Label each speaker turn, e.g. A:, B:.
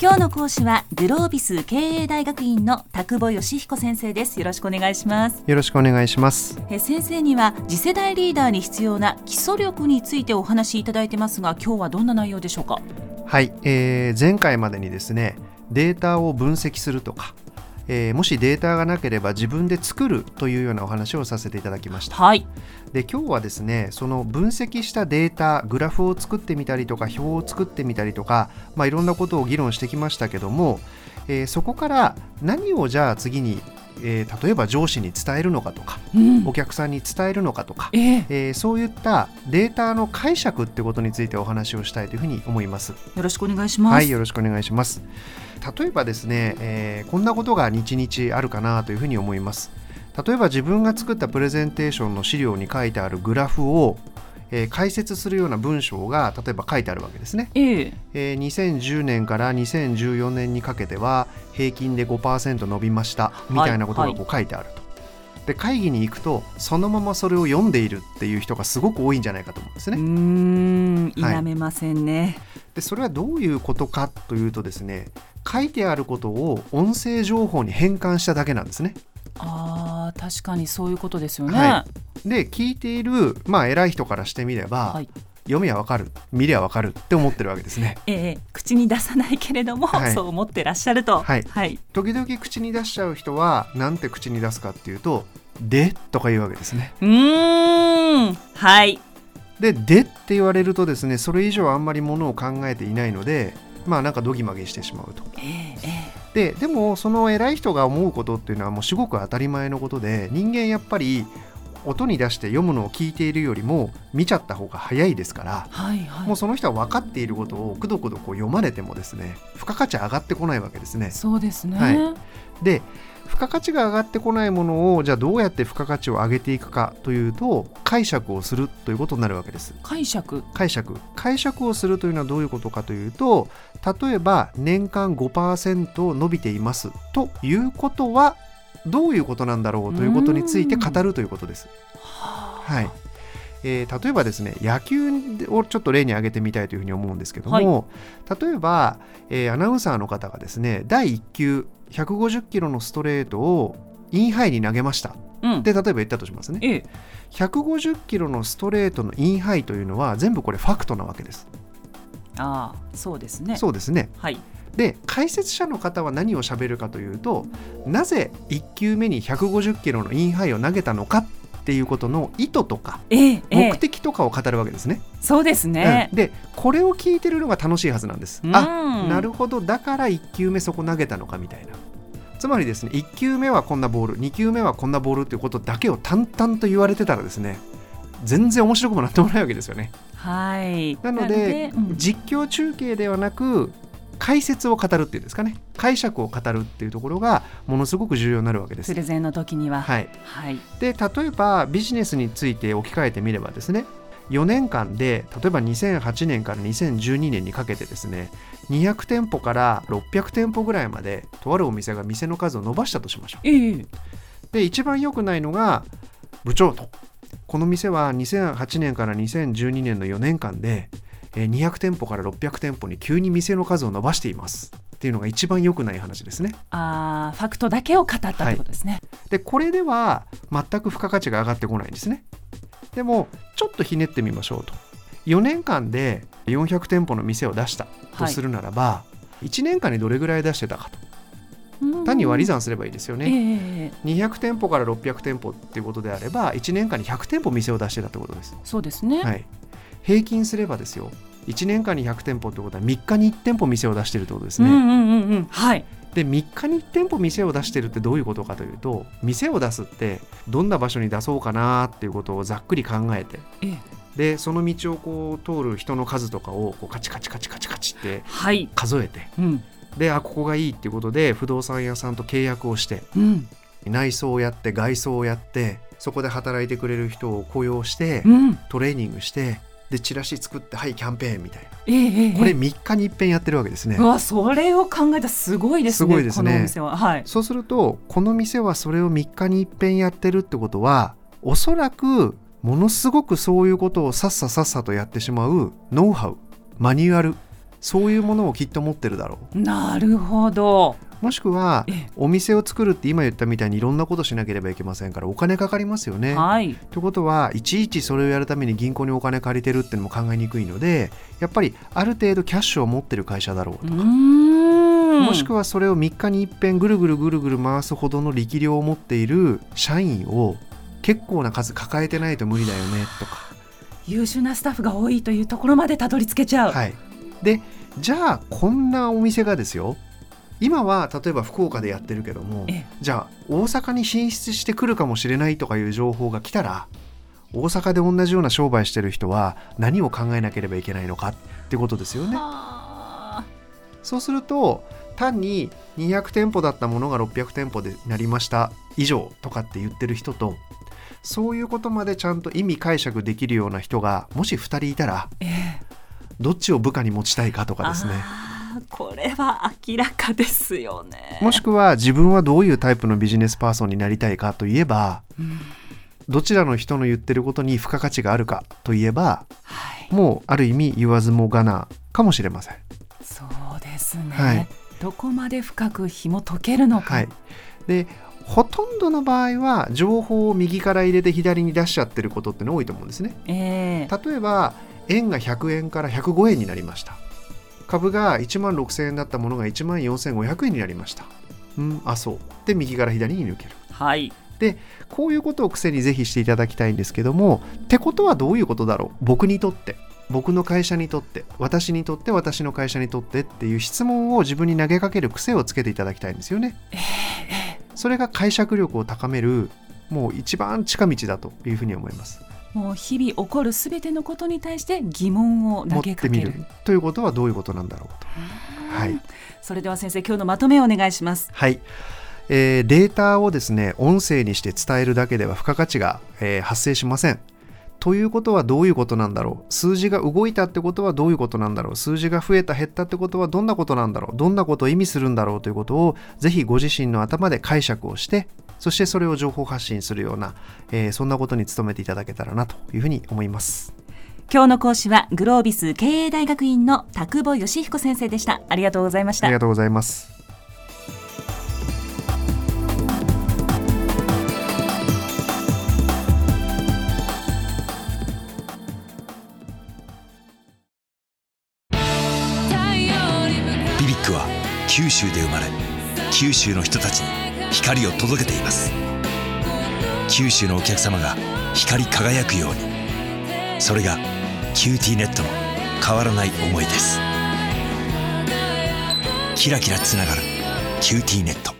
A: 今日の講師はグロービス経営大学院の田久保義彦先生ですよろしくお願いします
B: よろしくお願いします
A: え先生には次世代リーダーに必要な基礎力についてお話しいただいてますが今日はどんな内容でしょうか
B: はい、えー前回までにですねデータを分析するとか、えーもしデータがなければ自分で作るというようなお話をさせていただきました
A: はい
B: で今日はですねその分析したデータグラフを作ってみたりとか表を作ってみたりとか、まあ、いろんなことを議論してきましたけども、えーそこから何をじゃあ次に、えー例えば上司に伝えるのかとか
A: うん
B: お客さんに伝えるのかとか、
A: ええ
B: えーそういったデータの解釈ってことについてお話をしたいというふうに思います。
A: よろしくお願いします
B: はい、よろしくお願いします。例えばですね、えーこんなことが日々あるかなというふうに思います。例えば自分が作ったプレゼンテーションの資料に書いてあるグラフを、えー解説するような文章が例えば書いてあるわけですね。
A: ええ
B: えー2010年から2014年にかけては平均で5%伸びましたみたいなことがこう書いてあると。で会議に行くとそのままそれを読んでいるっていう人がすごく多いんじゃないかと思うんです
A: うー
B: ね。
A: ん否
B: はい
A: めませんね、
B: でそれはどういうことかというとですね書いてあることを音声情報に変換しただけなんですね。
A: あー確かにそういうことですよね
B: はで聞いている、まあ、偉い人からしてみれば、
A: はい
B: 読めばわかる見りゃわかるって思ってるわけですね。
A: ええ口に出さないけれども、
B: はい
A: そう思ってらっしゃると
B: はい
A: はい、
B: 時々口に出しちゃう人はなんて口に出すかっていうと「で」とか言うわけですね。
A: うーんはい
B: で「で」って言われるとですねそれ以上あんまりものを考えていないのでまあなんかドギマギしてしまうと。
A: ええええ
B: ででもその偉い人が思うことっていうのはもうすごく当たり前のことで人間やっぱり音に出して読むのを聞いているよりも見ちゃった方が早いですから。
A: はいはい
B: もうその人は分かっていることをくどくどこう読まれてもですね付加価値上がってこないわけですね
A: そうですね、
B: はいで付加価値が上がってこないものをじゃあどうやって付加価値を上げていくかというと解釈をするということになるわけです
A: 解釈
B: 解釈解釈をするというのはどういうことかというと例えば年間5%伸びていますということはどういうことなんだろうということについて語るということです。
A: は
B: はいえー例えばですね野球をちょっと例に挙げてみたいというふうに思うんですけども、例えば、えーアナウンサーの方がですね第1球150キロのストレートをインハイに投げました
A: うん
B: で例えば言ったとしますね
A: ええ
B: 150キロのストレートのインハイというのは全部これファクトなわけです。
A: ああそうですね
B: そうですね
A: はい
B: で解説者の方は何を喋るかというとなぜ1球目に150キロのインハイを投げたのかっていうことの意図とか
A: ええええ
B: 目的とかを語るわけですね。
A: そうですね
B: うん、でこれを聞いてるのが楽しいはずなんです。あ
A: あ
B: なるほどだから1球目そこ投げたのかみたいな。つまりですね1球目はこんなボール2球目はこんなボールっていうことだけを淡々と言われてたらですね全然面白くもなんともないわけですよね。
A: はい
B: なので
A: なのうん
B: 実況中継ではなく解説を語るっていうんですかね解釈を語るっていうところがものすごく重要になるわけで
A: プ
B: す。
A: レゼンの時にははい、
B: はい、で例えばビジネスについて置き換えてみればですね4年間で例えば2008年から2012年にかけてですね200店舗から600店舗ぐらいまでとあるお店が店の数を伸ばしたとしましょう。
A: ええ
B: で一番良くないのが部長とこの店は2008年から2012年の4年間でえー200店舗から600店舗に急に店の数を伸ばしていますっていうのが一番良くない話ですね
A: ああファクトだけを語ったってことですね、
B: でこれでは全く付加価値が上がってこないんですねでもちょっとひねってみましょうと4年間で400店舗の店を出したとするならば、1年間にどれぐらい出してたかと
A: うん
B: 単に割り算すればいいですよね、
A: ええ
B: 200店舗から600店舗っていうことであれば1年間に100店舗店を出してたってことです、
A: そうですね、
B: はい、平均すればですよ1年間に100店舗ってことは3日に1店舗店を出してるってことです
A: うん
B: ね、
A: うんうんうんはい
B: で3日に1店舗店を出してるってどういうことかというと店を出すってどんな場所に出そうかなっていうことをざっくり考えて
A: ええ
B: でその道をこう通る人の数とかをこうカチカチカチカチカチって
A: はい
B: 数えて
A: うん
B: であここがいいっていうことで不動産屋さんと契約をして
A: うん
B: 内装をやって外装をやってそこで働いてくれる人を雇用して
A: うん
B: トレーニングしてでチラシ作ってはいキャンペーンみたいな
A: ええええ
B: これ3日に一遍やってるわけですね
A: うわそれを考えたらすごいですね
B: すごいですね
A: このお店ははい
B: そうするとこの店はそれを3日に一遍やってるってことはおそらくものすごくそういうことをさっささっさとやってしまうノウハウマニュアルそういうものをきっと持ってるだろう
A: なるほど
B: もしくは
A: ええ
B: お店を作るって今言ったみたいにいろんなことしなければいけませんからお金かかりますよね。
A: はい
B: ということはいちいちそれをやるために銀行にお金借りてるってのも考えにくいのでやっぱりある程度キャッシュを持ってる会社だろう
A: うーん
B: もしくはそれを3日に一遍ぐるぐるぐるぐる回すほどの力量を持っている社員を結構な数抱えてないと無理だよねとか。
A: 優秀なスタッフが多いというところまでたどり着けちゃう、
B: はい、でじゃあこんなお店がですよ今は例えば福岡でやってるけども
A: ええ
B: じゃあ大阪に進出してくるかもしれないとかいう情報が来たら大阪で同じような商売してる人は何を考えなければいけないのかってことですよね。
A: はあ
B: そうすると単に200店舗だったものが600店舗でなりました以上とかって言ってる人とそういうことまでちゃんと意味解釈できるような人がもし2人いたら
A: ええ
B: どっちを部下に持ちたいかとかですね
A: あーこれは明らかですよね
B: もしくは自分はどういうタイプのビジネスパーソンになりたいかといえば
A: うん
B: どちらの人の言ってることに付加価値があるかといえば
A: はい
B: もうある意味言わずもがなかもしれません。
A: そうですね、
B: はい
A: どこまで深く紐解けるのか、
B: はい、でほとんどの場合は情報を右から入れて左に出しちゃってることっての多いと思うんですね。
A: ええ
B: 例えば円が100円から105円になりました株が1万6000円だったものが1万4500円になりましたうんあそうで右から左に抜ける
A: はい
B: こういうことを癖にぜひしていただきたいんですけどもってことはどういうことだろう僕にとって僕の会社にとって私にとって私の会社にとってっていう質問を自分に投げかける癖をつけていただきたいんですよね。それが解釈力を高めるもう一番近道だというふうに思います。
A: もう日々起こるすべてのことに対して疑問を
B: 持
A: 投
B: っ
A: げか
B: て
A: け
B: み
A: る
B: るということはどういうことなんだろうと。はい
A: それでは先生今日のまとめをお願いします
B: はい、えーデータをですね音声にして伝えるだけでは付加価値が、えー発生しません。ということはどういうことなんだろう数字が動いたってことはどういうことなんだろう数字が増えた減ったってことはどんなことなんだろうどんなことを意味するんだろうということをぜひご自身の頭で解釈をしてそしてそれを情報発信するような、えーそんなことに努めていただけたらなというふうに思います。
A: 今日の講師はグロービス経営大学院の田久保義彦先生でしたありがとうございまし
B: あ
A: た
B: りがとうございます。
C: ビビックは九州で生まれ九州の人たちに光を届けています九州のお客様が光り輝くようにそれがキューティーネットの変わらない思いですキラキラつながるキューティーネット